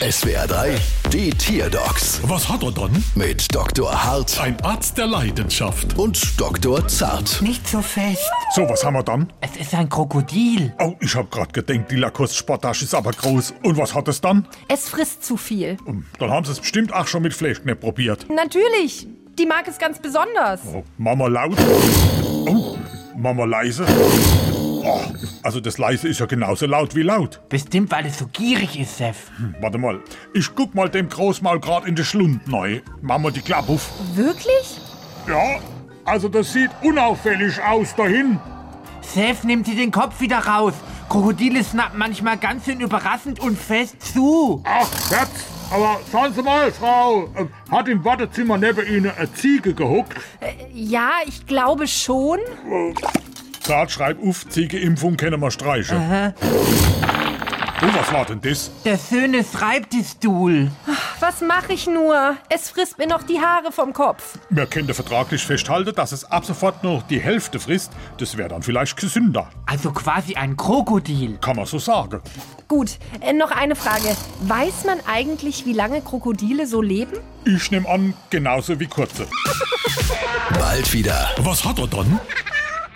SWR 3, die Tierdocs Was hat er dann? mit Dr. Hart Ein Arzt der Leidenschaft. und Dr. Zart. Nicht so fest. So, was haben wir dann? Es ist ein Krokodil. Oh, ich hab grad gedenkt, die Lacoste-Sportage ist aber groß. Und was hat es dann? Es frisst zu viel. Hm, Dann haben sie es bestimmt auch schon mit Fleischknepp probiert. Natürlich, die mag es ganz besonders. Oh, Mama laut. Oh, Mama leise. Oh, also das leise ist ja genauso laut wie laut. Bestimmt, weil es so gierig ist, Sef. Hm, Warte mal, ich guck mal dem Großmaul grad in den Schlund neu. Mama die Klappe auf. Wirklich? Ja, also das sieht unauffällig aus dahin. Sef, nimmt sie den Kopf wieder raus. Krokodile schnappen manchmal ganz schön überraschend und fest zu. Ach, Schatz, aber schauen Sie mal, Frau, äh, hat im Wartezimmer neben Ihnen eine Ziege gehuckt? Ja, ich glaube schon. Zart, schreib auf, Ziegeimpfung können wir streichen. Oh, was war denn das? Der schöne Schreibtischstuhl. Was mache ich nur? Es frisst mir noch die Haare vom Kopf. Wir können vertraglich festhalten, dass es ab sofort nur die Hälfte frisst. Das wäre dann vielleicht gesünder, Also quasi ein Krokodil. kann man so sagen. Gut, äh, noch eine Frage. Weiß man eigentlich, wie lange Krokodile so leben? Ich nehme an, genauso wie kurze. Bald wieder. Was hat er dann?